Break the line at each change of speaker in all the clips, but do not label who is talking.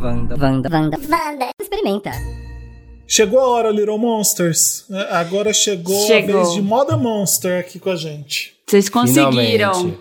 Wanda, Wanda, Wanda, Wanda. Experimenta.
Chegou a hora, Little Monsters. É, Agora chegou,
Chegou.
a vez de Moda Monster aqui com a gente.
Vocês conseguiram.
Finalmente.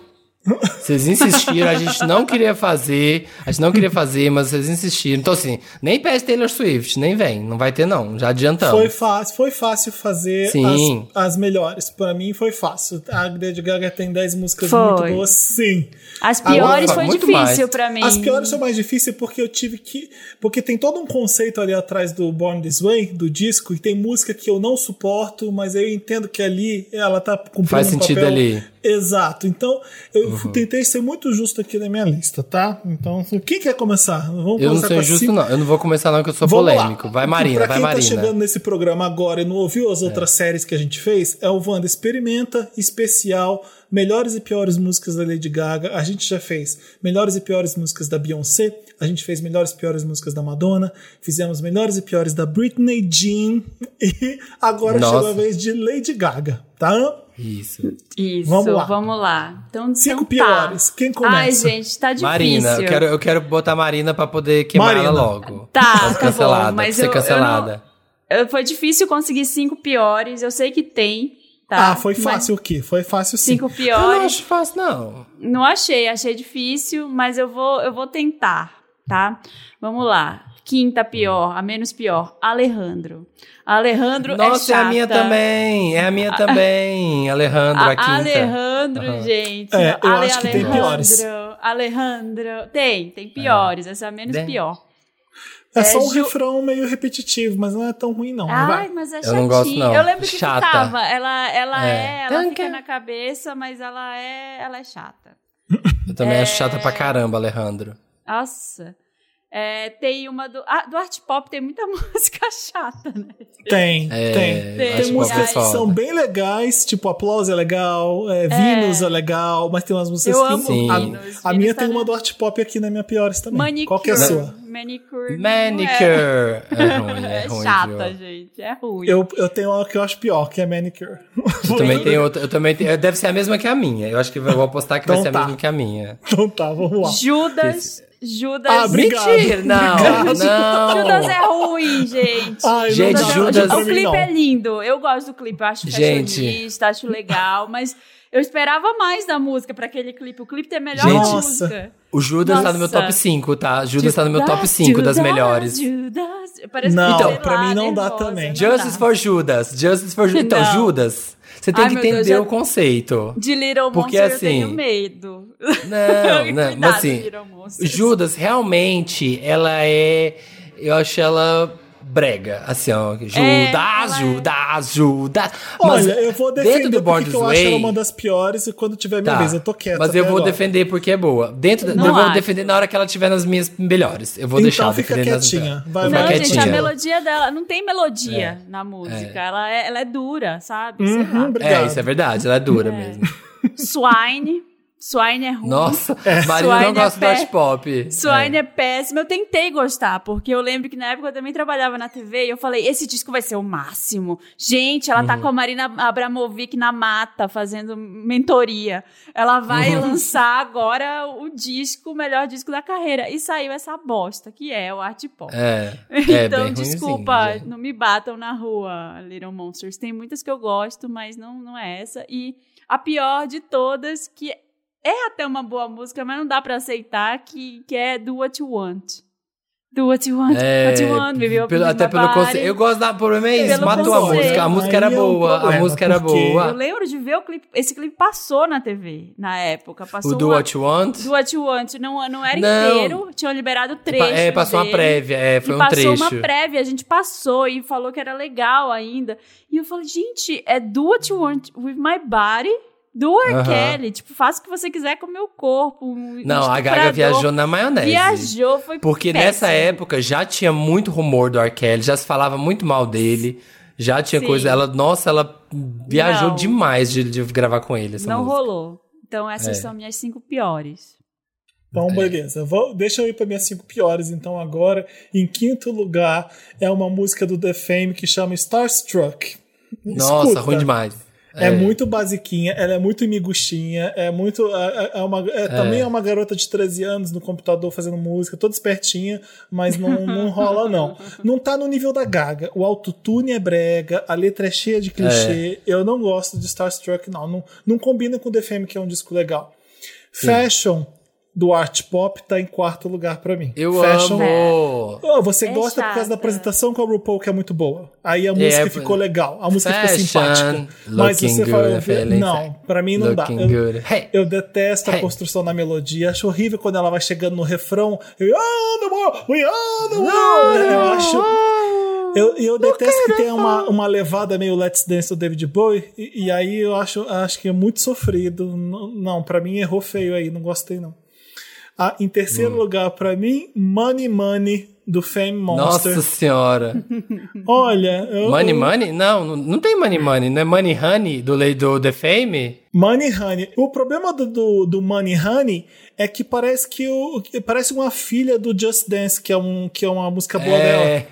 Vocês insistiram, a gente não queria fazer, a gente não queria fazer, mas vocês insistiram. Então, assim, nem pede Taylor Swift, nem vem, não vai ter, não. Já adiantamos.
Foi fácil, foi fácil fazer
Sim.
as, as melhores. Pra mim foi fácil. A Lady Gaga tem 10 músicas
Foi.
muito boas, sim.
As piores
Agora,
foi
muito
difícil
mais.
pra mim.
As piores são mais difíceis porque eu tive que. Porque tem todo um conceito ali atrás do Born This Way, do disco, e tem música que eu não suporto, mas eu entendo que ali ela tá cumprindo
Faz
um
sentido
papel.
ali. Uhum.
Exato. Então, eu tentei ser muito justo aqui na minha lista, tá? Então, quem quer começar? Vamos
Eu não
começar
sou
com a
injusto,
Cin-
não. Eu não vou começar, não, que eu sou
Vamos
polêmico.
lá.
Vai, Marina,
pra
vai,
quem
Marina. É.
tá chegando nesse programa agora e não ouviu as outras séries que a gente fez, é o Wanda Experimenta, especial, melhores e piores músicas da Lady Gaga. A gente já fez melhores e piores músicas da Beyoncé, a gente fez melhores e piores músicas da Madonna, fizemos melhores e piores da Britney Jean e agora
Nossa.
chegou a vez de Lady Gaga, tá?
É
Isso.
Isso,
Vamos
vamos
lá.
lá. Então,
Cinco
então tá.
piores. Quem começa?
Ai, gente, tá difícil.
Marina, eu quero, eu quero botar a Marina pra poder queimar
Marina.
ela logo.
Tá,
Pra ser
tá
cancelada,
bom,
pra
mas
ser
eu- eu
cancelada.
Eu- Foi difícil conseguir cinco piores. Eu sei que tem, tá?
ah, foi
Mas
fácil o quê? Foi fácil sim.
Cinco
Eu não,
piores.
acho fácil, não.
Não achei, achei difícil, mas eu vou, eu vou tentar, tá? Vamos lá. Quinta pior, a menos pior, Alejandro. Alejandro é
Nossa, é, a minha
chata.
também. É a minha também. Alejandro, a
A-
quinta.
Alejandro,
Aham.
gente.
É, eu
Ale-
acho que tem piores.
Alejandro. Tem, tem piores. Essa é a menos
Tem.
pior.
É só um
Ju-
refrão meio repetitivo, mas não é tão ruim não.
Ai,
Vai.
mas é
Eu não gosto,
chatinha.
não.
Eu lembro que
Chata.
ficava. Ela, ela é,
É.
ela
Tanca.
fica na cabeça, mas ela é, ela é chata.
Eu também
é
acho chata pra caramba, Alejandro.
Nossa. É, tem uma do. Ah, do art pop tem muita música chata, né?
Tem,
É,
tem.
Tem
acho
Tem
que
músicas
é
que são bem legais, tipo Aplauso é legal, é, Vinus é legal, mas tem umas músicas
Eu
que.
amo
Sim.
a,
Vinus,
a
Vinus
minha
tá
tem
na-
uma do Art Pop aqui na minha piores também.
Manicure.
Qual que é a sua?
Manicure. não é.
Manicure. É ruim, é
É
ruim.
chata,
viu?
gente. É ruim.
Eu, eu tenho uma que eu acho pior, que é Manicure.
Eu também tenho outra. Eu também tenho, deve ser a mesma que a minha. Eu acho que eu vou apostar que
Então
vai ser
tá.
a mesma que a minha.
Então tá, vamos lá.
Judas. Judas. é
Ah, Obrigado.
Mentira! Não,
Obrigado.
não.
Judas é ruim, gente.
Ai, não
Gente,
dá pra
Judas-
Judas-
pra
O
mim,
clipe
não.
é lindo. Eu gosto do clipe. Eu acho
Gente.
fashionista, acho legal. Mas eu esperava mais da música pra aquele clipe. O clipe tem a melhor
Gente.
música.
O Judas tá no meu
Nossa.
top 5, tá? Judas tá no meu top
Judas,
5 das
Judas,
melhores.
Judas. Parece
Não,
que, sei
pra
lá,
mim não dá
nervosa,
também.
não
Justice
dá.
for Judas. Justice for Judas. Então,
Não.
Judas, você tem
Ai,
que
meu Deus,
entender
já-
o conceito.
De Little
Porque,
Monster eu
assim,
tenho medo.
Não, não,
Cuidado,
mas assim,
Little Monsters.
Judas realmente, ela é. Eu acho ela brega. Assim, ó. Judas,
ela é-
Judas, Judas. Mas
Olha, eu vou
dentro
defender
do
porque
Born
que
This
eu acho ela
Way.
uma das piores e quando tiver minha
tá,
vez, eu tô quieto.
mas eu
até
vou
agora.
defender porque é boa. Dentro, da-
Não
eu vou
acho.
defender na hora que ela tiver nas minhas melhores. Eu vou
Então
deixar
fica
defender nas
quietinha.
melhores.
Vai,
Vou
Não,
ficar
vai.
gente, a
quietinha. É,
melodia dela não tem melodia na música. Ela, é, ela é dura, sabe? Sei
Uhum,
lá.
obrigado.
É, isso é verdade, ela é dura mesmo.
Swine. Swine é ruim.
Nossa, Marina
Swine
não
é
gosta do
pé.
hot pop.
Swine é. péssimo. Eu tentei gostar, porque eu lembro que na época eu também trabalhava na TV e eu falei: esse disco vai ser o máximo. Gente, ela tá com a Marina Abramovic na mata, fazendo mentoria. Ela vai lançar agora o disco, o melhor disco da carreira. E saiu essa bosta, que é o Art Pop.
É. é,
Então,
bem
desculpa,
ruinzinho,
não me batam na rua, Little Monsters. Tem muitas que eu gosto, mas não, não é essa. E a pior de todas, que é até uma boa música, mas não dá pra aceitar, que, que é Do What You Want. Do What You Want,
É,
What You Want, Baby. Up
pelo-
in
até
My
pelo
Body.
conceito. Eu gosto da. O problema é isso.
Pelo
Matou a
conceito.
música. A música era
Aí é um
boa. a
problema,
música era
porque-
Eu
boa.
lembro de ver o clipe. Esse clipe passou na TV na época. Passou
O Do
uma-
What You Want.
Do What You Want. Não, não era
Não.
inteiro, tinham liberado trecho.
é, passou uma
dele.
prévia. É,
E
foi um
passou
trecho.
uma prévia, a gente passou e falou que era legal ainda. E eu falei, gente, é do what you want with my body, do R.
Aham.
Kelly. Tipo, faça o que você quiser com o meu corpo. um
Não, a Gaga
estuprador.
viajou na maionese.
Viajou, foi
Porque
péssimo.
nessa época já tinha muito rumor do R. Kelly, já se falava muito mal dele. Já tinha
Sim.
coisa. Ela, nossa, ela viajou
Não.
demais de, de gravar com ele. Essa
Não
música.
rolou. Então essas
É.
são minhas cinco piores.
Então, beleza. Vou- deixa eu ir para minhas cinco piores, então, agora. Em quinto lugar, é uma música do The Fame que chama Starstruck.
Nossa,
Escuta,
ruim demais.
É, muito basiquinha, ela é muito imigustinha, é muito. É, é uma, é, Também é uma garota de 13 anos no computador fazendo música, toda espertinha, mas não, não rola, não. Não tá no nível da gaga. O autotune é brega, a letra é cheia de clichê. Eu não gosto de Starstruck, não. Não, não combina com o DFM, que é um disco legal. Fashion do art pop tá em quarto lugar pra mim.
Eu
Fashion,
amo.
Oh, você
É
gosta por causa da
chata.
apresentação com a RuPaul, que é muito boa. Aí a música
é,
ficou legal, a música
fashion,
ficou simpática. Mas
looking
você fala, um
good, feeling
não, pra mim não dá.
Looking
Eu,
good. Hey.
eu detesto a
Hey.
construção da melodia, acho horrível quando ela vai chegando no refrão. Eu, "Ah, the world, we are the world", né? Eu acho. Eu, e eu detesto que tenha uma, uma levada meio Let's Dance do David Bowie, e, e aí eu acho, acho que é muito sofrido. N- Não, pra mim errou feio aí, não gostei não. Ah, em
Hum.
terceiro lugar, pra mim, Money Money do Fame Monster. Uhum.
Nossa senhora.
Olha, eu,
Money Money? Não, não- não tem Money Money, não é Money Honey do, lei- do The Fame?
Money Honey. O problema do, do, do Money Honey é que parece que o, que parece uma filha do Just Dance, que é, um, que é uma música boa dela.
É,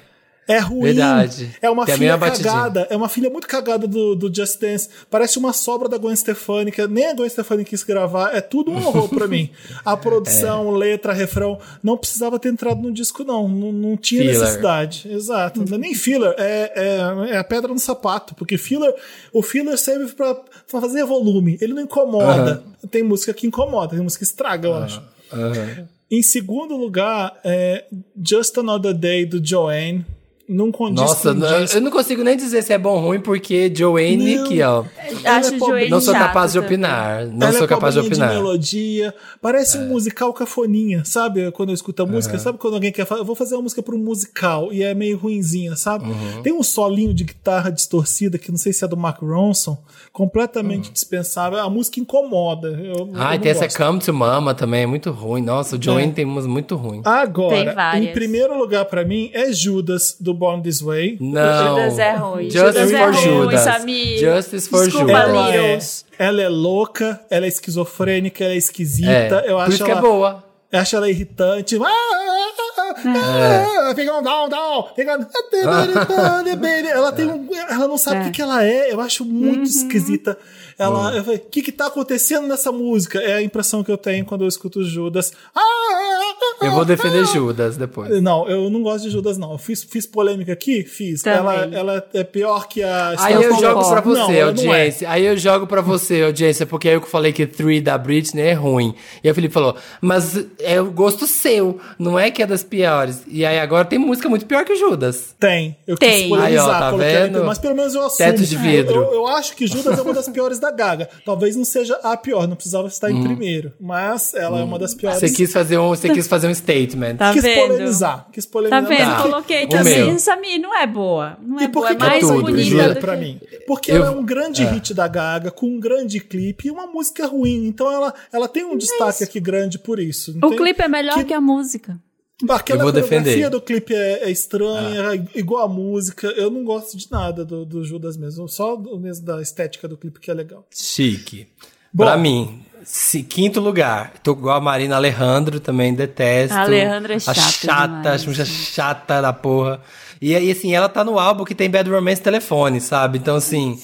É ruim.
Verdade.
É uma
Tem a
filha
mesma batidinha.
cagada. É uma filha muito cagada do, do Just Dance. Parece uma sobra da Gwen Stefani, que nem a Gwen Stefani quis gravar. É tudo um horror pra mim. A
É.
produção, letra, refrão. Não precisava ter entrado no disco, não. Não, não tinha
Filler.
necessidade. Exato. Não é nem filler. É, é, é a pedra no sapato. Porque filler, o filler serve pra, pra fazer volume. Ele não incomoda. Tem música que incomoda. Tem música que estraga, eu acho.
Aham.
Em segundo lugar, é Just Another Day do Joanne. Não condiz
Nossa, né?
com o
não-
disco.
eu não consigo nem dizer se é bom ou ruim, porque Joanne,
Não.
que ó,
Ela
Acho
é
o
pobre-
joelho
não sou
chato
capaz de
também.
opinar. Não
Ela
sou
é
capaz de
pobrinha
opinar. É.
melodia, parece um musical cafoninha, sabe? Quando eu escuto a música, sabe quando alguém quer falar, eu vou fazer uma música para um musical e é meio ruinzinha, sabe?
Uhum.
Tem um solinho de guitarra distorcida que não sei se é do Mark Ronson, completamente dispensável. A música incomoda. Eu,
Uhum. Ai,
eu não
tem essa
gosto. É.
Come to Mama também, é muito ruim. Nossa, o Joanne tem umas muito ruim.
Tem
Agora,
várias.
em primeiro lugar para mim é Judas do Born This Way.
Não.
Judas é ruim.
Justice
Judas é
for
ruim,
Judas.
Samir.
Justice for
Desculpa,
Judas.
Ela é,
Littles.
ela é louca, ela é esquizofrênica, ela é
É,
esquisita. Eu
por
acho
isso que
ela
é boa.
Eu acho ela irritante. Ah, ah, ah,
É.
ah, ah, Fica um down, down. Fica
Ah.
um- Ela tem um. Ela não sabe o que, que ela é. Eu acho muito esquisita.
Uhum.
Ela. Eu falei, o que, que tá acontecendo nessa música? É a impressão que eu tenho quando eu escuto Judas. Ah, ah, ah, ah,
Eu vou defender
ah.
Judas depois.
Não, eu não gosto de Judas, não. Eu fiz, fiz polêmica aqui? Fiz.
Também.
Ela, ela é pior que a.
Aí
é
eu jogo pra
Não,
você,
ela não é.
audiência. Aí eu jogo pra você, audiência, porque aí eu falei que Three da Britney é ruim. E aí o Felipe falou, mas é o gosto seu, não é que é das piores. E aí agora tem música muito pior que Judas.
Tem. Eu
Tem.
quis polemizar,
Aí, ó, tá
coloquei
vendo?
ali, mas pelo menos eu assumo.
Teto de vidro.
Eu, eu acho que Judas é uma das piores da Gaga. Talvez não seja a pior, não precisava estar em primeiro. Mas ela é uma das piores.
Hum. Você quis fazer um, você quis fazer um statement.
Tá
quis
vendo?
polemizar. Quis
Tá
polemizar.
vendo?
Tá.
Coloquei que
O
assim,
meu.
Samir não é boa. Não é
E por
boa,
que,
é
que ela
é
mais
tá
tudo,
bonita
jura?
do
bonita
que-
pra mim? Porque
Eu-
ela é um grande hit da Gaga, com um grande clipe e uma música ruim. Então ela, ela tem um destaque aqui grande por isso. não
O
tem?
clipe é melhor que,
que-
a música.
Aquela
Eu vou
coreografia
defender. Ah.
do clipe é, é estranha, é igual a música. Eu não gosto de nada do, do Judas mesmo. Só do, mesmo da estética do clipe que é legal.
Chique.
Bom.
pra mim, se- quinto lugar. Tô igual a Marina Alejandro, também detesto.
A Alejandro é
A
chata
chata,
demais.
acho muito chata da porra. E, e assim, ela tá no álbum que tem Bad Romance Telefone, sabe? Então assim,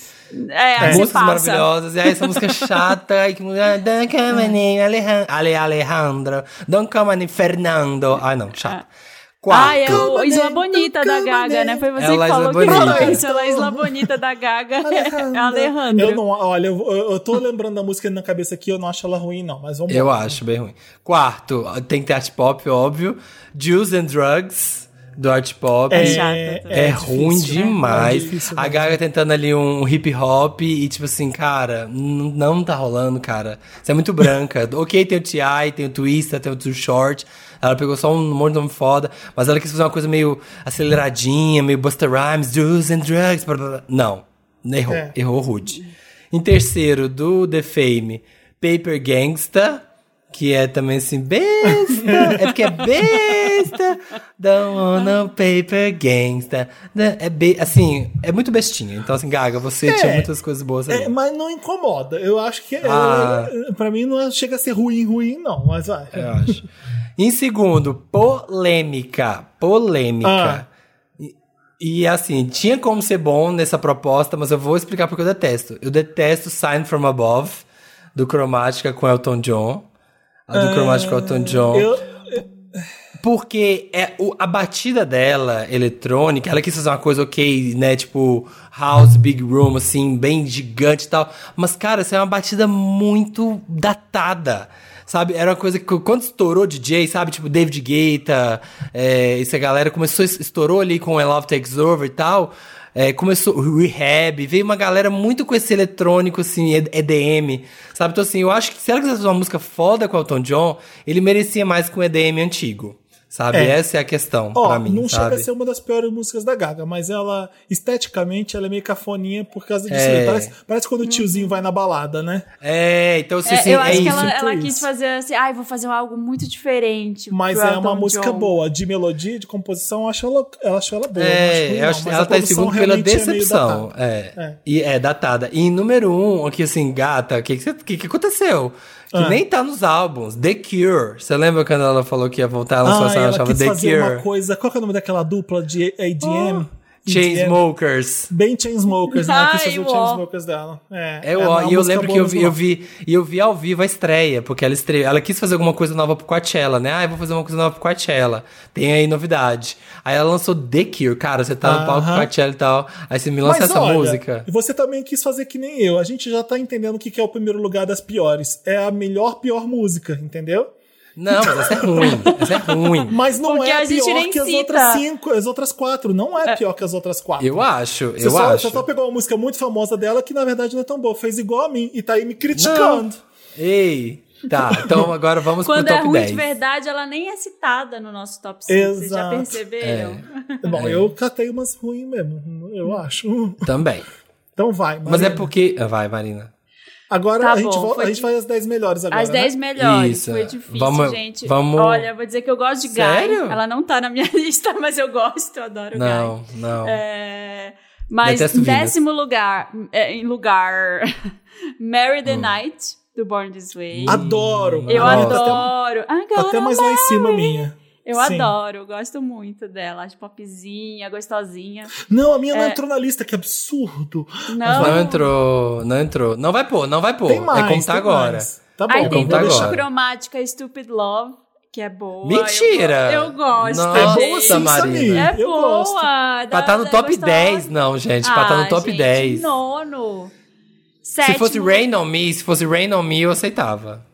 É, aí você
músicas
passa.
maravilhosas. E aí essa música é chata. aí que- Ah, Don't come any Alejandro. Ale Alejandro. Don't come any Fernando. Ah, não, chata. Quarto.
Ah, é o Isla Bonita da Gaga, né? Foi você
Ela
que
Isla
falou que
É Bonita.
ela pensou na Isla Bonita da Gaga. É a
Eu
Alejandro.
não, olha, eu, eu- eu tô lembrando da música na cabeça aqui, eu não acho ela ruim, não, mas vamos
Eu
lá.
acho bem ruim. Quarto, tem que ter art pop, óbvio. Juice and Drugs, do art pop.
É
É,
chata também.
ruim
difícil, né?
demais. Ah,
É difícil,
a
né?
Gaga tentando ali um hip hop e tipo assim, cara, n- não tá rolando, cara. Você é muito branca. ok, tem o TI, tem o Twista, tem o Too Short. Ela pegou só um monte de nome foda, mas ela quis fazer uma coisa meio aceleradinha, meio Buster Rhymes, Juice and Drugs. Blá, blá, blá. Não, errou,
É.
errou rude. Em terceiro, do The Fame, Paper Gangsta, que é também assim, besta, é porque é besta, don't wanna paper gangsta, né? é be assim, é muito bestinha, então assim, Gaga, você tinha muitas coisas boas ali.
É, mas não incomoda. Eu acho que
Ah. É,
ela, pra mim não é- chega a ser ruim, ruim, não, mas vai.
eu acho. Em segundo, polêmica, polêmica.
Ah.
E- E assim, tinha como ser bom nessa proposta, mas eu vou explicar porque eu detesto. Eu detesto Sign from Above, do Cromática com Elton John. A do Cromática com Elton John.
Ah, Eu,
Porque é o- a batida dela, eletrônica, ela quis fazer uma coisa ok, né? Tipo, house, big room, assim, bem gigante e tal. Mas, cara, essa é uma batida muito datada. Sabe, era uma coisa que quando estourou DJ, sabe, tipo David Guetta, é, essa galera começou, estourou ali com I Love Takes Over e tal, é, começou o Rehab, veio uma galera muito com esse eletrônico, assim, E- EDM, sabe? Então, assim, eu acho que se ela quisesse fazer uma música foda com o Elton John, ele merecia mais que um EDM antigo, sabe?
É.
Essa é a questão
ó,
pra mim,
não chega
sabe?
a ser uma das piores músicas da Gaga, mas ela, esteticamente, ela é meio cafoninha por causa disso.
É.
né? Parece, parece quando o tiozinho vai na balada, né?
É, então, assim,
É,
assim,
eu
é
acho que
isso.
ela,
tipo
ela quis
isso.
fazer assim, ai, vou fazer algo muito diferente.
Mas
pro
é uma
Elton
música
John."
boa. De melodia, de composição, eu acho ela, eu acho ela boa. não acho
É,
ruim,
eu acho
não,
que
mas
ela
a
tá em
produção
segundo pela
realmente é meio
decepção.
datada.
É,
É.
E é datada. E em número um, aqui assim, gata, o que, que, você- que, que aconteceu? Que
Ah.
nem tá nos álbuns. The Cure. Você lembra quando ela falou que ia voltar, ela
Ah,
lançou ela
ela
chamava
quis
The
fazer uma
Cure.
coisa. Qual que é o nome daquela dupla de
Ah,
ADM? EDM?
Chainsmokers.
Bem Chainsmokers, né? Ela quis
Ai,
fazer o
uó.
Chainsmokers dela. É,
É,
não,
ó,
a
e eu
música
lembro
boa,
que eu
mas
vi,
não.
eu vi, e eu vi ao vivo a estreia, porque ela estreou, ela quis fazer alguma coisa nova pro Coachella, né? Ah, eu vou fazer uma coisa nova pro Coachella. Tem aí novidade. Aí ela lançou The Cure, cara, você tá no palco pro
Aham.
Coachella e tal. Aí você me lança essa
olha,
música.
Você também quis fazer que nem eu. A gente já tá entendendo o que que é o primeiro lugar das piores. É a melhor pior música, entendeu?
Não, mas essa é ruim. Essa é ruim.
Mas não
Porque
é
a gente
pior
nem
que as
cita.
outras cinco, as outras quatro. Não é pior que as outras quatro.
Eu acho,
Você
eu
só,
acho.
você só pegou uma música muito famosa dela que na verdade não é tão boa. Fez igual a mim e tá aí me
Não.
criticando.
Ei, tá, então agora vamos
Quando
pro
é
top
ruim
10.
de verdade, ela nem é citada no nosso top 5. Vocês já
Exato.
perceberam?
É.
Bom, eu catei umas ruins mesmo, eu acho.
É, Também.
Então vai.
Mas é
Marina.
porque. Ah, Vai, Marina.
Agora
Tá
a, gente
bom,
volta,
foi
a gente
de-
faz as 10 melhores agora.
As 10
né?
melhores.
Isso.
Foi difícil,
Vamos-
gente.
vamos-
Olha, vou dizer que eu gosto de
Sério?
Guy. Ela não tá na minha lista, mas eu gosto, eu adoro Guy.
Não, não.
É, Mas
Detesto
em
Venus.
décimo lugar, é, em lugar, Mary the Night, do Born This Way.
Adoro.
Eu
Hum. Ah, Nossa. um
adoro.
Tá
Agora
até mais lá em cima minha.
Eu
Sim.
adoro, eu gosto muito dela. Acho popzinha, gostosinha.
Não, a minha
É.
não entrou na lista, que absurdo.
Não,
Não entrou, não entrou. Não vai pôr, não vai pôr.
Tem mais.
é como tá
tem
agora.
mais. Tá bom,
Aí
É
tem
como
vamos
tá
também
agora.
deixar.
cromática Stupid Love, que é boa.
Mentira!
Eu, go- eu gosto.
Nossa,
É
gente.
boa sim,
Marina.
Samir.
É
eu
boa.
gosto.
dá-
Pra tá no
dá
top
gostosa.
10, não, gente. pra tá
Ah,
no top
gente,
10.
Nono.
Se
Sétimo.
fosse Rain on Me, se fosse Rain on Me, eu aceitava.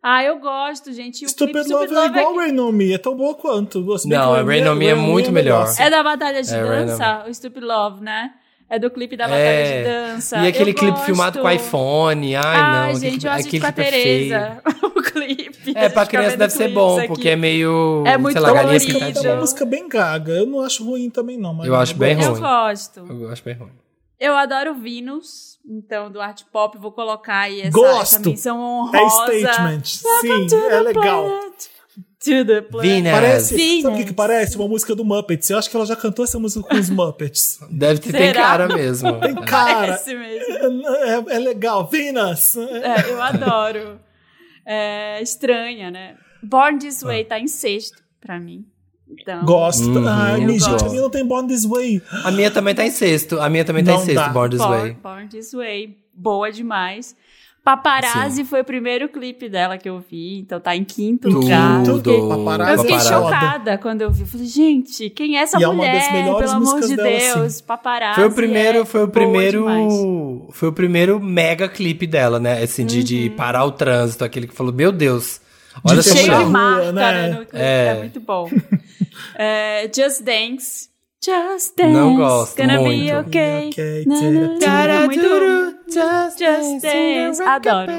Ah, eu gosto, gente. E o clipe
Stupid Love é igual Rain on Me, é tão boa quanto. Se bem
Não,
que o
Rain on Me é
Rain on
muito melhor.
sim.
É da batalha de
É,
dança, o Stupid Love, né? É do clipe da batalha
é.
de dança.
E aquele
Eu
clipe
gosto.
filmado com iPhone. Ai,
Ah,
não. aquele,
gente, eu assisto
aquele
com a
clipe é feio.
Tereza o clipe.
É, pra
A gente fica
criança
vendo
deve ser
clipes
bom,
aqui.
porque é meio.
É muito
sei lá, tá
Então,
galinha
colorido.
acho que é uma
pintadinha.
música bem gaga. Eu não acho ruim também, não. mas é
Eu acho bem
Eu
é ruim.
gosto.
Eu acho bem ruim.
Eu adoro Venus, então do art pop vou colocar aí essa,
Gosto.
essa menção
É
honrosa.
statement. Sim,
To the
é legal.
planet. To the planet.
Venus.
Parece,
Sim,
sabe o que,
gente.
que parece? Uma música do Muppets. Eu acho que ela já cantou essa música com os Muppets.
Deve ter tem
Será?
cara mesmo.
Tem cara.
Parece É mesmo.
É, é legal. Venus.
É, eu adoro. É estranha, né? Born This Way
Ah.
tá em sexto pra mim. Então,
Gosto.
Uhum.
Ai,
Eu
minha gente,
gosto.
a minha não tem Born This Way.
A minha também tá em sexto. A minha também tá
Não
em sexto,
dá.
Born This
Born,
Way.
Born This Way. Boa demais. Paparazzi foi o primeiro clipe dela que eu vi, então tá em quinto lugar.
Tudo.
Eu fiquei
Paparazzi.
chocada quando eu vi. Eu Falei, gente, quem é essa
E é uma
mulher?
das melhores
Pelo amor
músicas
de
dela, assim.
Deus, paparazzi.
Foi o primeiro,
é
foi o
boa
primeiro,
demais.
foi o primeiro mega clipe dela, né? Assim, de, de parar o trânsito, aquele que falou, meu Deus, olha
ter
essa
Cheio
Cheio
na
de
mulher.
rua,
marca,
né?
né? no clipe,
É.
é. muito bom. É, Just Dance. Just Dance.
Não gosto,
Gonna be
muito.
okay.
Ok,
Na, na, na, na, né? muito. Just Dance. Adoro.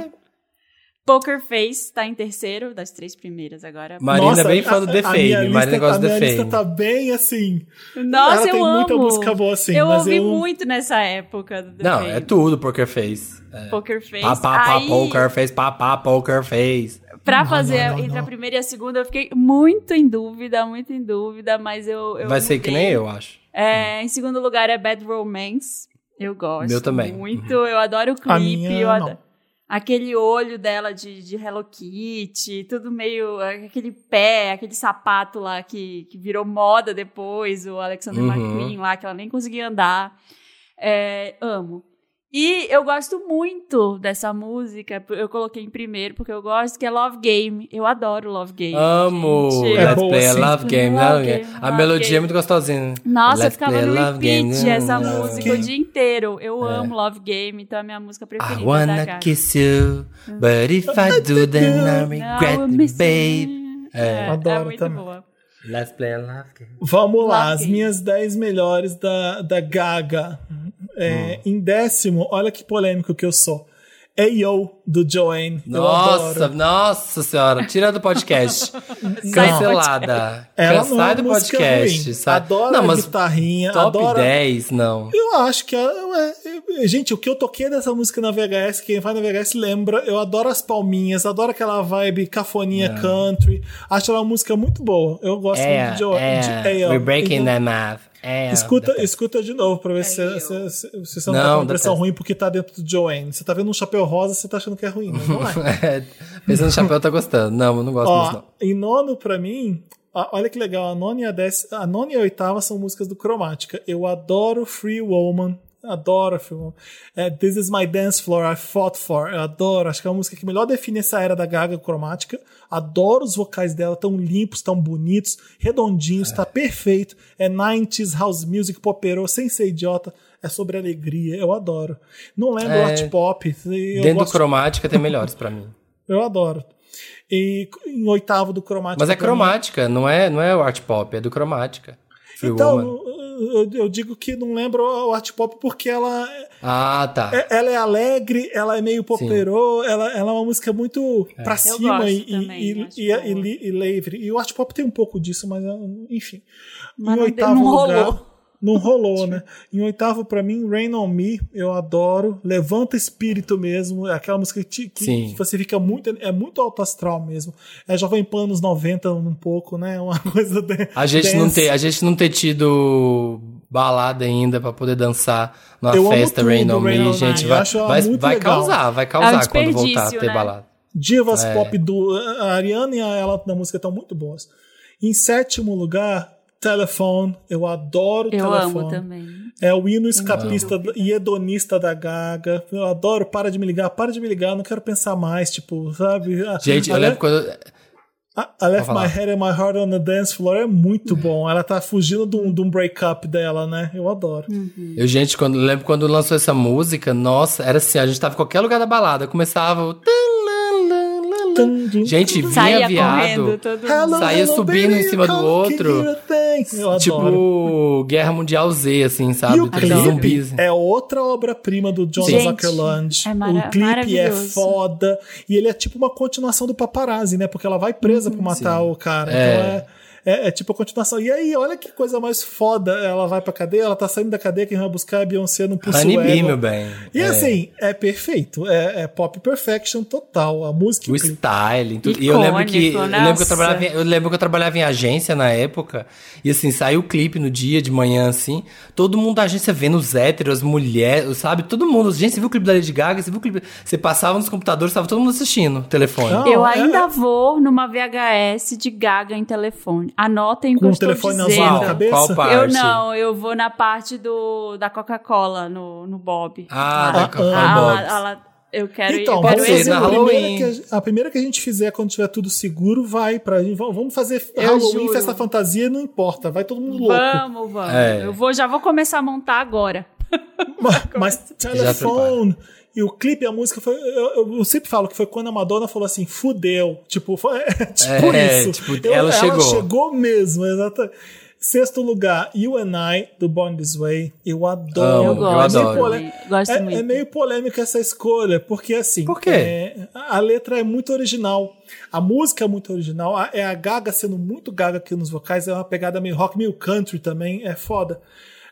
Poker Face tá em terceiro das três primeiras agora.
Marina
Nossa,
é bem fã do
a-
The
a minha
Fame. Marina
lista-
gosta
a
do
minha
The
lista
Fame.
tá bem assim.
Nossa,
ela
eu
tem
amo.
muita música boa, assim,
eu
mas
ouvi
eu-
muito nessa época do The
Não,
Fame.
é tudo Poker Face. É.
Poker Face.
Pá, pá, pá,
Aí,
Poker Face, pá, pá, Poker Face.
pra
Não,
fazer
não, não,
entre
não.
a primeira e a segunda, eu fiquei muito em dúvida, muito em dúvida, mas eu. eu
Vai ser que nem
mudei.
eu, acho.
É, em segundo lugar é Bad Romance. Eu gosto.
Meu também.
Muito. Eu adoro o clipe.
minha,
eu ado-
não.
aquele olho dela de, de Hello Kitty, tudo meio. aquele pé, aquele sapato lá que, que virou moda depois, o Alexander
Uhum.
McQueen lá, que ela nem conseguia andar. É, amo. E eu gosto muito dessa música, eu coloquei em primeiro porque eu gosto, que é Love Game. Eu adoro Love Game.
Ah, Amo!
gente.
É
Let's
boa,
play a
sim.
love game. né,
Love
Love
game,
game. A
love
melodia
game.
é muito gostosinha.
Nossa, eu
Let's
ficava
play
no
love game.
repeat essa
Love
música o
game.
dia inteiro. Eu
É.
amo Love Game, então é a minha música
I
preferida da
wanna
Gaga.
kiss you, but if I do, then I regret,
Now I'm
it,
missing
babe.
you.
É.
É,
Adoro
é muito
também.
boa.
Let's play a love game.
Vamos lá,
Lá
as
vem.
minhas 10 melhores da, da Gaga. É,
Hum.
Em décimo, olha que polêmico que eu sou. Ayo, do Joanne. Eu
Nossa,
adoro.
nossa senhora, tira do podcast. Cancelada.
Ela
Can-
não é
Sai do
música
podcast.
ruim.
Sai.
Adora
não,
a
mas
guitarrinha,
top
adora...
10, não.
Eu acho que... ela- é, é, gente, o que eu toquei dessa música na VHS, quem vai na VHS lembra. Eu adoro as palminhas, adoro aquela vibe cafoninha
É.
country. Acho ela uma música muito boa. Eu gosto muito de, Jo- de Ayo.
é. We're breaking
Então,
that math. É,
Escuta,
detesto.
escuta de novo pra ver se, se, se- se você não, tá
Não,
com uma
detesto.
impressão ruim porque tá dentro do Joanne. Você tá vendo um chapéu rosa, você tá achando que é ruim, mas não é.
É, Pensando no chapéu, tá gostando. Não, eu não gosto disso,
Ó,
não.
em nono pra mim, a- olha que legal, a nona e a décima, a nona e a oitava são músicas do Cromática. Eu adoro Free Woman, adoro Free Woman. É, This is my dance floor, I fought for. Eu adoro, acho que é uma música que melhor define essa era da Gaga Cromática. Adoro os vocais dela, tão limpos, tão bonitos, redondinhos, tá perfeito. É 90s house music, popero, sem ser idiota. É sobre alegria, eu adoro. Não lembro
É.
art pop. Eu
Dentro do
gosto
cromática tem melhores pra mim.
eu adoro. E em oitavo do cromático.
Mas é
pra
cromática, não é, não é o art pop, é do cromática.
mim-
Free
Então,
Woman.
eu, eu digo que não lembro o art pop porque ela
Ah, tá.
é, ela é alegre, ela é meio poperô, ela, ela é uma música muito
É.
pra cima
gosto
e,
também,
e,
acho
e,
boa.
e li- e livre. E o art pop tem um pouco disso, mas ah, enfim.
Mas
em
não deu-
oitavo
não
lugar,
rolou.
Não rolou, né? Em oitavo, pra mim, Rain on Me, eu adoro. Levanta espírito mesmo. É aquela música que, te- que
Sim.
você fica muito. É muito alto astral mesmo. É Jovem Pan nos 90, um pouco, né? Uma coisa. De,
A gente, não
dance.
ter, a gente não ter tido balada ainda pra poder dançar numa
Eu amo
festa
tudo,
Rain On
Rain On
Me, gente.
Me.
Vai,
Eu acho ela
vai,
muito
vai
legal.
causar, vai
É um
causar quando voltar a
desperdício,
ter
né?
balada.
Divas
É.
pop do. A Ariana e a ela na música estão muito boas. Em sétimo lugar, Telephone. Eu adoro
Eu
Telephone.
amo também.
É o hino escapista da- e hedonista da Gaga. Eu adoro, para de me ligar, para de me ligar, não quero pensar mais, tipo, sabe? A-
Gente,
a
eu lembro quando.
I, I left
falar.
my head and my heart on the dance floor é muito bom. Ela tá fugindo de um, de um breakup dela, né? Eu adoro.
Uhum.
Eu, gente, quando, eu lembro quando lançou essa música, nossa, era assim, a gente tava em qualquer lugar da balada, começava o. Gente, vinha
Saía correndo,
viado.
todo mundo.
Hello,
Saía
hello,
subindo em
baby,
cima do
come
outro.
here, thanks. Eu adoro.
Tipo, Guerra Mundial Z, assim, sabe?
E o
Aqueles
clipe
zumbis.
é outra obra-prima do John
Gente,
Zuckerland.
é mara-
o clipe é
maravilhoso.
foda. E ele é tipo uma continuação do paparazzi, né? Porque ela vai presa por matar o cara.
Uhum. É.
Então é, é- é tipo a continuação. E aí, olha que coisa mais foda. Ela vai pra cadeia, ela tá saindo da cadeia, quem vai buscar é a Beyoncé no Pulse
Honey Bee,
Wagon.
meu bem.
E
É.
assim, é perfeito. É, é pop perfection total. A música.
O
e clipe.
styling, tudo. E eu lembro que eu
Icônico,
lembro que eu,
nossa.
trabalhava, em- eu lembro que eu trabalhava em agência na época, e assim, saiu o clipe no dia de manhã assim, todo mundo da agência vendo os héteros, as mulheres, sabe? Todo mundo, gente, você viu o clipe da Lady Gaga, você viu o clipe, você passava nos computadores, tava todo mundo assistindo o telefone.
Não,
Eu
é-
ainda vou numa VHS de Gaga em telefone. Anotem o que
Com
eu
o
estou
telefone na
dizendo.
sua cabeça?
Qual parte?
Eu não, eu vou na parte do, da Coca-Cola no, no Bob.
Ah,
Lá.
da Coca-Cola
Ah, lá-
Bob's.
ah, lá, eu quero ir.
Então,
eu quero
vamos
pode
fazer
esse
ser
a
na
Bob.
Halloween.
primeira, que a, a primeira que a gente fizer quando tiver tudo seguro, vai pra gente. Vamos vamos fazer
Eu
Halloween,
juro.
festa fantasia, não importa. Vai todo mundo louco.
Vamos, vamos.
É.
Eu vou, já vou começar a montar agora.
Ma- Mas telefone. E o clipe, a música foi. Eu, eu- eu sempre falo que foi quando a Madonna falou assim: fudeu. Tipo, foi, é, tipo
É,
isso.
tipo, ela chegou.
chegou mesmo, exatamente. Sexto lugar, You and I, do Born This Way. Eu
Amo,
adoro.
Eu eu gosto adoro.
Meio
também, gosto
é,
muito.
é meio polêmica essa escolha, porque assim.
Por quê?
é, a a letra é muito original. A música é muito original. a- é a Gaga sendo muito Gaga aqui nos vocais. É uma pegada meio rock, meio country também. É foda.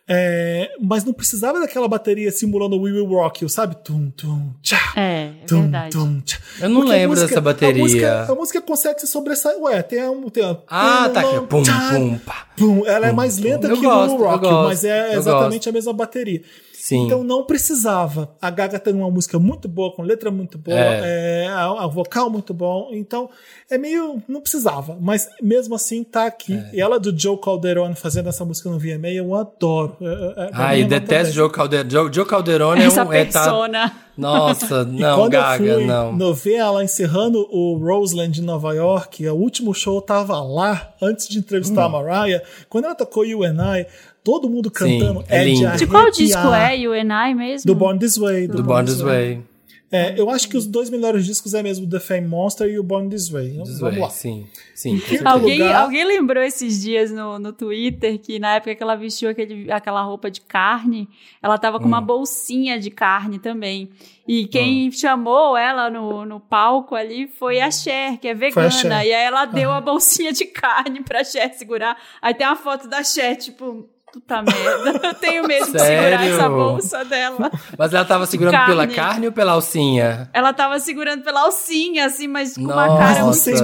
É, mas não precisava daquela bateria simulando We Will Rock You, sabe? Tum, tum, tchá.
É, é
tum,
verdade.
tum, tchá.
Eu não
Porque a
lembro dessa bateria.
A música, a música consegue se sobressair. Ué, tem a. Tem a
Ah, tá aqui.
Tum,
Pum,
tchá,
pum, pá.
Pum, ela é mais lenta
Eu
que o
gosto,
Rock,
eu gosto,
mas é
eu
exatamente
gosto.
a mesma bateria.
Sim.
Então não precisava. A Gaga tem uma música muito boa, com letra muito boa,
É.
é, a, a vocal muito bom. Então é meio. Não precisava. Mas mesmo assim tá aqui.
É.
E ela do Joe Calderone fazendo essa música no VMA, eu adoro. É, é, é, pra
Ai,
mim
eu
é nota
Ah, detesto
10.
Joe Calderone. Joe, Joe Calderone
Essa
é um. é tá-
persona.
Nossa,
E
não,
quando
Gaga,
eu fui
não.
no ver ela encerrando o Roseland em Nova York, o último show eu tava lá, antes de
Hum.
entrevistar a Mariah. Quando ela tocou You and I, todo mundo cantando.
é
de,
lindo.
De qual disco
arrepiar.
é? You and I mesmo?
Do Born This Way.
Do Born This Way.
É, eu acho que os dois melhores discos é mesmo The Fame Monster e o Born This Way.
This
Vamos
Way,
lá.
Sim, sim. com
Que-
certeza.
Alguém,
lugar.
alguém lembrou esses dias no, no Twitter que na época que ela vestiu aquele, aquela roupa de carne, ela tava com uma bolsinha de carne também. E quem chamou ela no, no palco ali foi a Cher, que é vegana.
Cher.
E aí ela deu a bolsinha de carne pra Cher segurar. Aí tem uma foto da Cher, tipo, puta merda, eu tenho medo de segurar
Sério?
essa bolsa dela.
Mas ela tava segurando
Carne.
pela carne ou pela alcinha?
Ela tava segurando pela alcinha, assim, mas com uma
Nossa.
cara
Não
muito
sei nem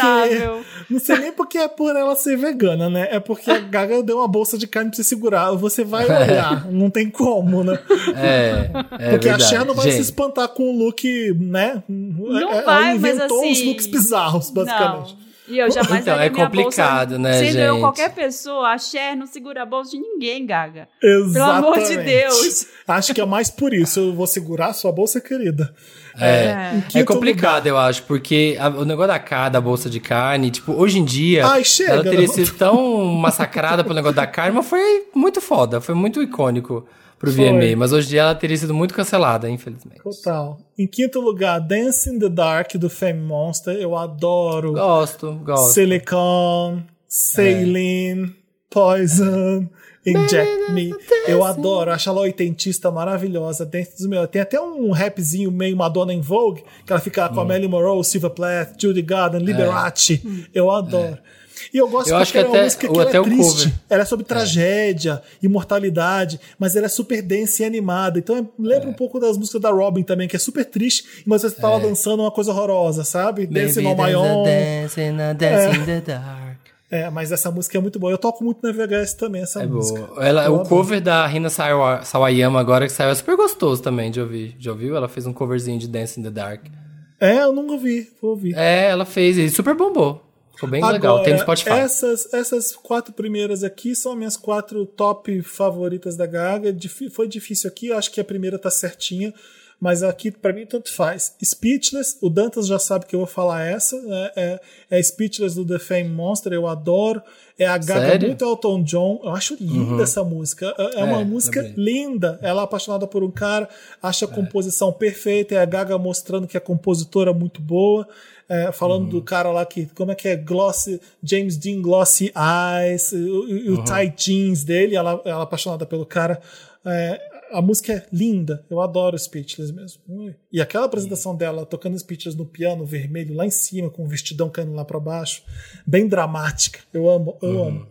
desconfortável.
Não sei nem porque é por ela ser vegana, né? É porque a Gaga deu uma bolsa de carne pra você segurar. Você vai olhar, não tem como, né?
É. é
Porque
verdade.
a Cher não vai se
Gente,
espantar com o look, né? Não
vai,
Ela
mas
inventou uns
assim,
looks bizarros, basicamente.
Não. E eu jamais
Então,
daria
é
minha
complicado,
bolsa.
né,
Sendo eu
gente?
qualquer pessoa, a Cher não segura a bolsa de ninguém, Gaga.
Exatamente.
amor de Deus.
Acho que é mais por isso. Eu vou segurar a sua bolsa, querida.
É.
É, é
quinto
complicado, eu acho, porque a- o negócio da cara, da bolsa de carne, tipo, hoje em dia,
Ai, chega,
ela teria
não.
sido tão massacrada pelo negócio da carne, mas foi muito foda, foi muito icônico pro
Foi.
VMA, mas hoje em dia ela teria sido muito cancelada, infelizmente.
Total. Em quinto lugar, Dance in the Dark do Fame Monster. Eu adoro.
Gosto, gosto.
Silicon, Saline, Poison, Inject Me. Eu adoro, acho ela oitentista maravilhosa. Dentro dos meus. Tem até um rapzinho meio Madonna em Vogue, que ela fica
Hum.
com a Marilyn Monroe, Silva Plath, Judy Garden, Liberace. Eu adoro. E eu gosto
É. Eu
porque
acho que
ela é uma
até-
música que
ou
ela
até
é
o
triste.
cover.
Ela é sobre tragédia, imortalidade, mas ela é super densa e animada. Então é- lembra um pouco das músicas da Robin também, que é super triste, mas você tá lá dançando uma coisa horrorosa, sabe? Dance
É. Baby,
no My
there's a
Own.
dance in a dance in the dark.
É, mas essa música é muito boa. Eu toco muito na VHS também essa
É
música.
boa. Ela,
Eu
o
adoro.
cover da Rina Sawa- Sawayama agora que saiu é super gostoso também de ouvir. Já ouviu? Ela fez um coverzinho de Dance in the Dark.
É, eu nunca ouvi, vou ouvir.
É, ela fez e super bombou. Ficou bem legal.
Agora, é assim
Tem no Spotify.
Essas, essas quatro primeiras aqui são minhas quatro top favoritas da Gaga. Difí- foi difícil aqui, eu acho que a primeira tá certinha, mas aqui pra mim tanto faz. Speechless, o Dantas já sabe que eu vou falar essa. né? É, é, Speechless do The Fame Monster, eu adoro. É a Gaga
Sério? Uhum.
muito Elton John. Eu acho linda essa música. É- É, uma
É,
música
lembrei.
linda. Ela é apaixonada por um cara, acha a composição perfeita, é a Gaga mostrando que a compositora é muito boa, é, falando do cara lá que, como é que é, Glossy, James Dean Glossy Eyes, e o, e o tight jeans dele, ela, ela é apaixonada pelo cara. É, a música é linda, eu adoro Speechless mesmo. Ui. E aquela apresentação dela tocando Speechless no piano vermelho lá em cima, com o vestidão caindo lá pra baixo, bem dramática. Eu amo, eu amo.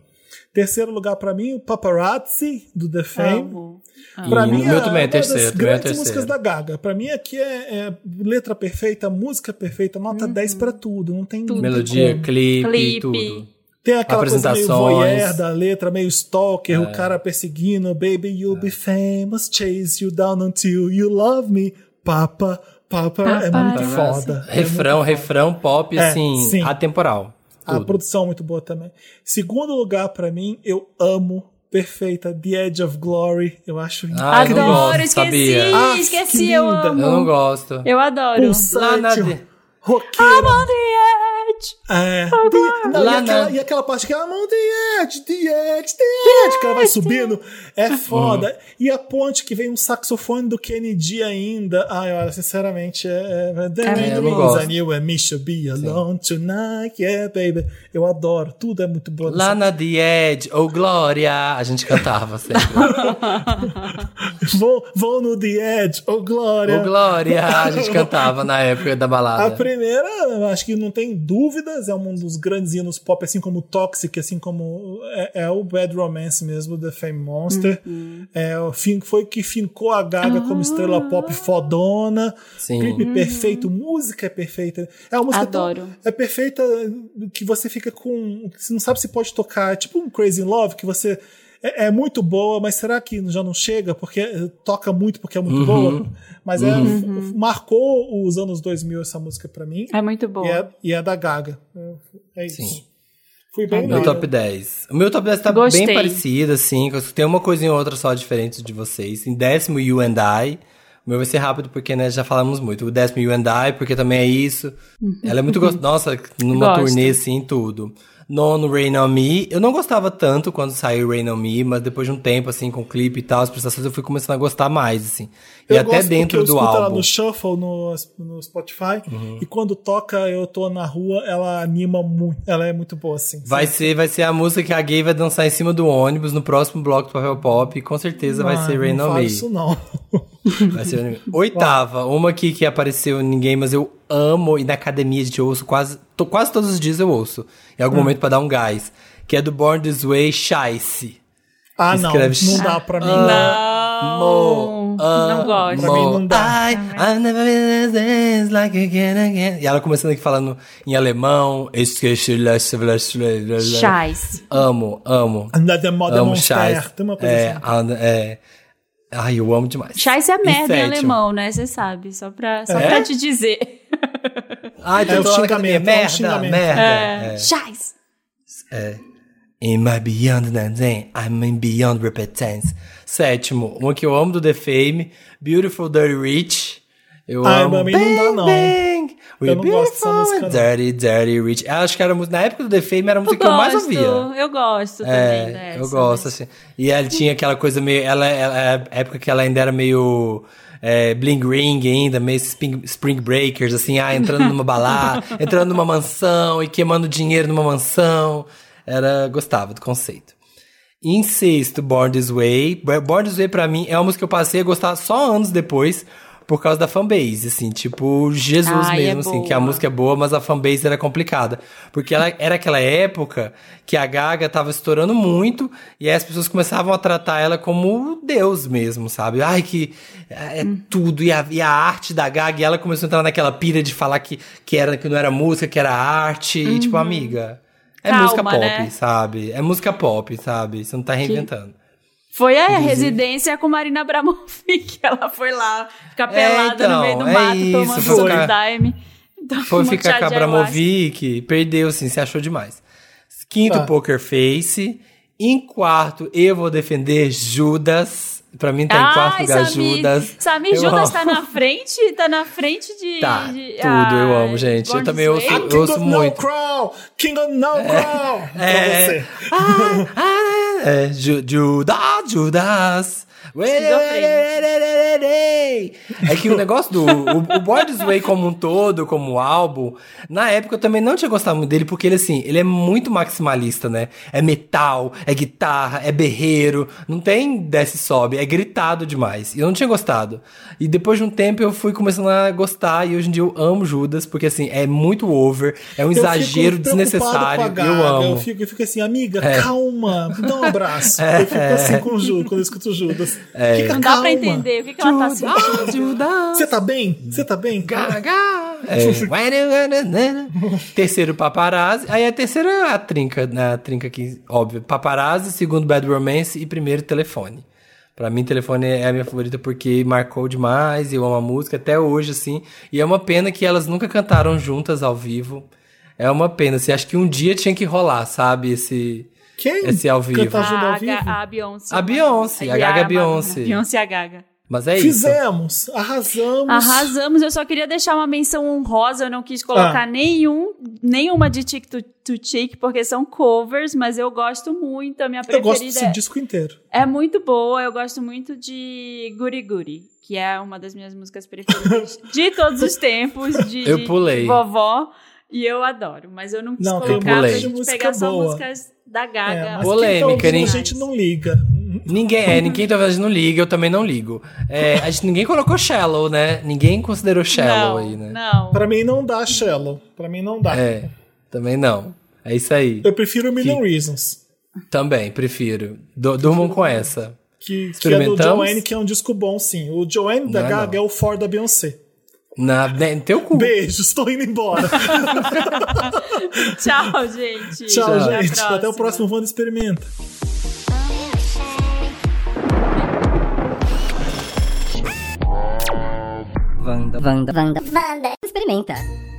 Terceiro lugar pra mim, o Paparazzi do The Fame.
Amo.
Pra
E
mim,
o meu
é
também é
uma
terceiro,
das
também é
grandes
terceiro.
músicas da Gaga. Pra mim, aqui é, é letra perfeita, música perfeita, nota 10 pra Uhum. tudo. Não tem não tem
Melodia,
como.
clipe,
Clipe.
tudo.
Tem aquela coisa meio
apresentações. É.
voyeur da letra, meio stalker, o cara perseguindo. Baby, you'll be famous, chase you down until you love me. Papa, papa, é muito
Paparazzi.
foda. É muito
Refrão, refrão pop,
É,
assim,
sim.
atemporal.
a
Tudo.
produção é muito boa também. Segundo lugar, pra mim, eu amo. Perfeita, The Edge of Glory. Eu acho
Ah, eu não
Adoro,
gosto,
esqueci,
sabia?
Ah, que
esqueci, eu
linda.
Eu
amo.
não gosto.
Eu adoro.
Lá na
pulsante,
de-
roqueira.
On the edge.
É. The- não, e,
Lá
aquela,
na-
e aquela parte que ela mão the edge, the edge, the edge, que ela vai subindo.
Uhum.
É foda. E a ponte que vem um saxofone do Kennedy ainda. Ai, olha, sinceramente, é. é, the
É,
reason
eu não gosto.
I knew and me should be alone tonight, yeah, baby. Eu adoro, tudo é muito bom.
Lá na The Edge, ou Glória, a gente cantava sempre.
Vou, vou no The Edge, ô Glória.
Ou Oh, Glória, a gente cantava na época da
A
balada.
primeira, eu acho que não tem dúvidas, é um dos grandes hinos pop, assim como Toxic, assim como é, é o Bad Romance mesmo, The Fame Monster. É, o fim, foi que fincou a Gaga como estrela pop fodona.
Sim.
Clipe perfeito, música é perfeita. É uma música tão-
Adoro.
é perfeita que você fica com. que Você não sabe se pode tocar. É tipo um Crazy in um Love, que você. é, é muito boa, mas será que já não chega? Porque eh, toca muito porque é
Uhum.
muito boa. Mas é, f- marcou os anos 2000 essa música pra mim.
É muito bom.
E é, e é da Gaga. É isso.
Sim.
Fui bem
Meu
leigo.
top 10. O meu top 10 tá
Gostei.
bem parecido, assim. que Tem uma coisa e outra só diferente de vocês. Em décimo, You and I. O meu vai ser rápido porque, né, já falamos muito. O décimo, You and I, porque também é isso.
Uhum.
Ela é muito gostosa. Nossa, numa
Gosto.
turnê, assim, tudo. Nono, Rain On Me. Eu não gostava tanto quando saiu Rain On Me, mas depois de um tempo, assim, com o clipe e tal, as prestações, eu fui começando a gostar mais, assim. E
Eu
até
gosto porque
dentro
eu
do
escuto ela
álbum. Uhum.
no Shuffle, no, no Spotify. E quando toca, eu tô na rua, ela anima muito. Ela é muito boa, assim.
Vai ser, vai ser a música que a gay vai dançar em cima do ônibus no próximo bloco do Papel Pop. E com certeza vai ser Rain
Ah, não
On
fala
Me.
isso, não.
Vai ser o anime. Oitava, uma aqui que apareceu em ninguém, mas eu amo e na academia de ouço quase, to- quase todos os dias eu ouço. Em
Hum.
algum momento pra dar um gás. Que é do Born This Way, Shice.
Ah, não.
Escreve- Ah.
Não dá pra mim.
Não.
Mo,
Não gosto.
Oh, Pra mim não dá.
I, I've never been this dance like again, again. E ela começando aqui falando em alemão. é.
Chais.
Amo, amo.
Ainda The Modern
Amo
Monster.
Shice.
um Tem uma coisa
É,
assim.
a- é. Ai, eu amo demais.
Chais é
Em
merda em
sétimo.
alemão, né? Você sabe. Só pra, só
É?
pra te dizer.
Ai,
É
então
o
tô lá na academia.
xingamento, é um
merda,
xingamento.
merda. É.
Chais.
In my beyond nothing, I'm in beyond repentance. Sétimo, uma que eu amo do The Fame, Beautiful Dirty Rich. Eu
Ai,
amo.
pra mim não dá, não.
bang. We're
Eu não gosto dessa
beautiful
música,
and Dirty, Dirty Rich. Eu acho que era a música- na época do The Fame era a música que eu mais ouvia.
Eu gosto também
É,
dessa.
eu gosto, assim. E ela tinha aquela coisa meio. Ela, ela, a época que ela ainda era meio. É, bling ring ainda, meio spring, spring breakers, assim, ah, entrando numa balada, entrando numa mansão e queimando dinheiro numa mansão. Era, gostava do conceito. Em sexto, Born This Way. Bo- Born This Way, pra mim, é uma música que eu passei a gostar só anos depois, por causa da fanbase, assim, tipo, Jesus
Ai, é
mesmo, assim, que a
boa.
música é boa, mas a fanbase era complicada. Porque ela era aquela época que a Gaga tava estourando muito, e aí as pessoas começavam a tratar ela como Deus mesmo, sabe? Ai, que é é
Uhum.
tudo, e a, e a arte da Gaga, e ela começou a entrar naquela pira de falar que, que, era, que não era música, que era arte, e
Uhum.
tipo, amiga. É
Calma,
música pop,
né?
sabe? É música pop, sabe? Você não tá reinventando.
Foi a residência com Marina Abramovic. Ela foi lá ficar
É,
pelada no
então,
meio do
é
mato,
isso,
tomando
foi
suco
ficar-
de dime. Então,
Foi
um
ficar com
monte de
a
ayahuasca.
Abramovic, perdeu, assim, se achou demais. Quinto,
Tá.
Poker Face. Em quarto, eu vou defender Judas. Pra mim tá em quarto
Ai,
lugar
Samir.
Judas.
Samir
Eu
Judas
amo.
tá na frente, tá na frente de...
Tá,
de- ah,
tudo, eu amo, gente. Eu
Born
também
This
ouço-
Way.
Ah,
eu
King
ouço
of No
muito.
Crown! King of No Crown!
É.
Pra você.
Ah, ah, é, Ju- Judas, Judas. Ué, ué, ué, ué, ué, ué, ué. É que o negócio do. O, o Boy This Way como um todo, como álbum, na época eu também não tinha gostado muito dele, porque ele, assim, ele é muito maximalista, né? É metal, é guitarra, é berreiro, não tem desce e sobe, é gritado demais. E eu não tinha gostado. E depois de um tempo eu fui começando a gostar, e hoje em dia eu amo Judas, porque, assim, é muito over, é um
Eu fico
exagero
preocupado
desnecessário.
com a Gaga,
eu amo. É.
Eu fico, eu fico assim, amiga, calma, me dá um abraço. Eu fico assim com o Judas, quando eu escuto o Judas.
É.
Fica
Não dá
calma.
pra entender o que, que ela tá
assim, "Ah,
sentindo.
Você tá bem? Você tá bem?
É. Terceiro, paparazzi. Aí a terceira é a trinca, né? A trinca aqui, óbvio. Paparazzi, segundo, Bad Romance e primeiro, telefone. Pra mim, telefone é a minha favorita porque marcou demais. Eu amo a música até hoje, assim. E é uma pena que elas nunca cantaram juntas ao vivo. É uma pena, assim. Acho que um dia tinha que rolar, sabe? Esse.
Quem?
Esse ao vivo.
Cantar Ajuda ao
A,
vivo?
Ga- a Beyoncé.
A Beyoncé, a Gaga Beyoncé.
Beyoncé e a Gaga.
Mas é isso.
Fizemos, arrasamos.
Arrasamos, eu só queria deixar uma menção honrosa, eu não quis colocar
Ah.
nenhum, nenhuma de Chick to, to Chick, porque são covers, mas eu gosto muito, a minha
Eu gosto
preferida
desse
é,
disco inteiro.
é muito boa, eu gosto muito de Guri Guri, que é uma das minhas músicas preferidas de todos os tempos, de,
Eu
de
pulei.
vovó, e eu adoro, mas eu não quis
Não, tem
colocar pra
pulei.
gente
Música
pegar só
boa.
músicas da Gaga.
É, mas
Ou-
Polêmica, né?
quem tá ouvindo,
hein?
A gente não liga.
Ninguém, é, ninguém talvez não liga, eu também não ligo. É, a gente, ninguém colocou shallow, né? Ninguém considerou shallow
não,
aí, né?
não.
Pra mim não dá, Shallow. Pra mim não dá.
É, também não. É isso aí.
Eu prefiro Million Reasons.
Também, prefiro. Du- durmam com essa.
Que, que é do
Experimentamos?
Joanne, que é um disco bom, sim. O Joanne da
Não é
Gaga
não.
é o Ford da Beyoncé.
Na, né, no teu cu.
Beijo, estou indo embora.
Tchau, gente.
Tchau,
Tchau.
gente. Até o próximo Wanda Experimenta.
Oh, yeah,
Wanda, Wanda, Wanda, experimenta.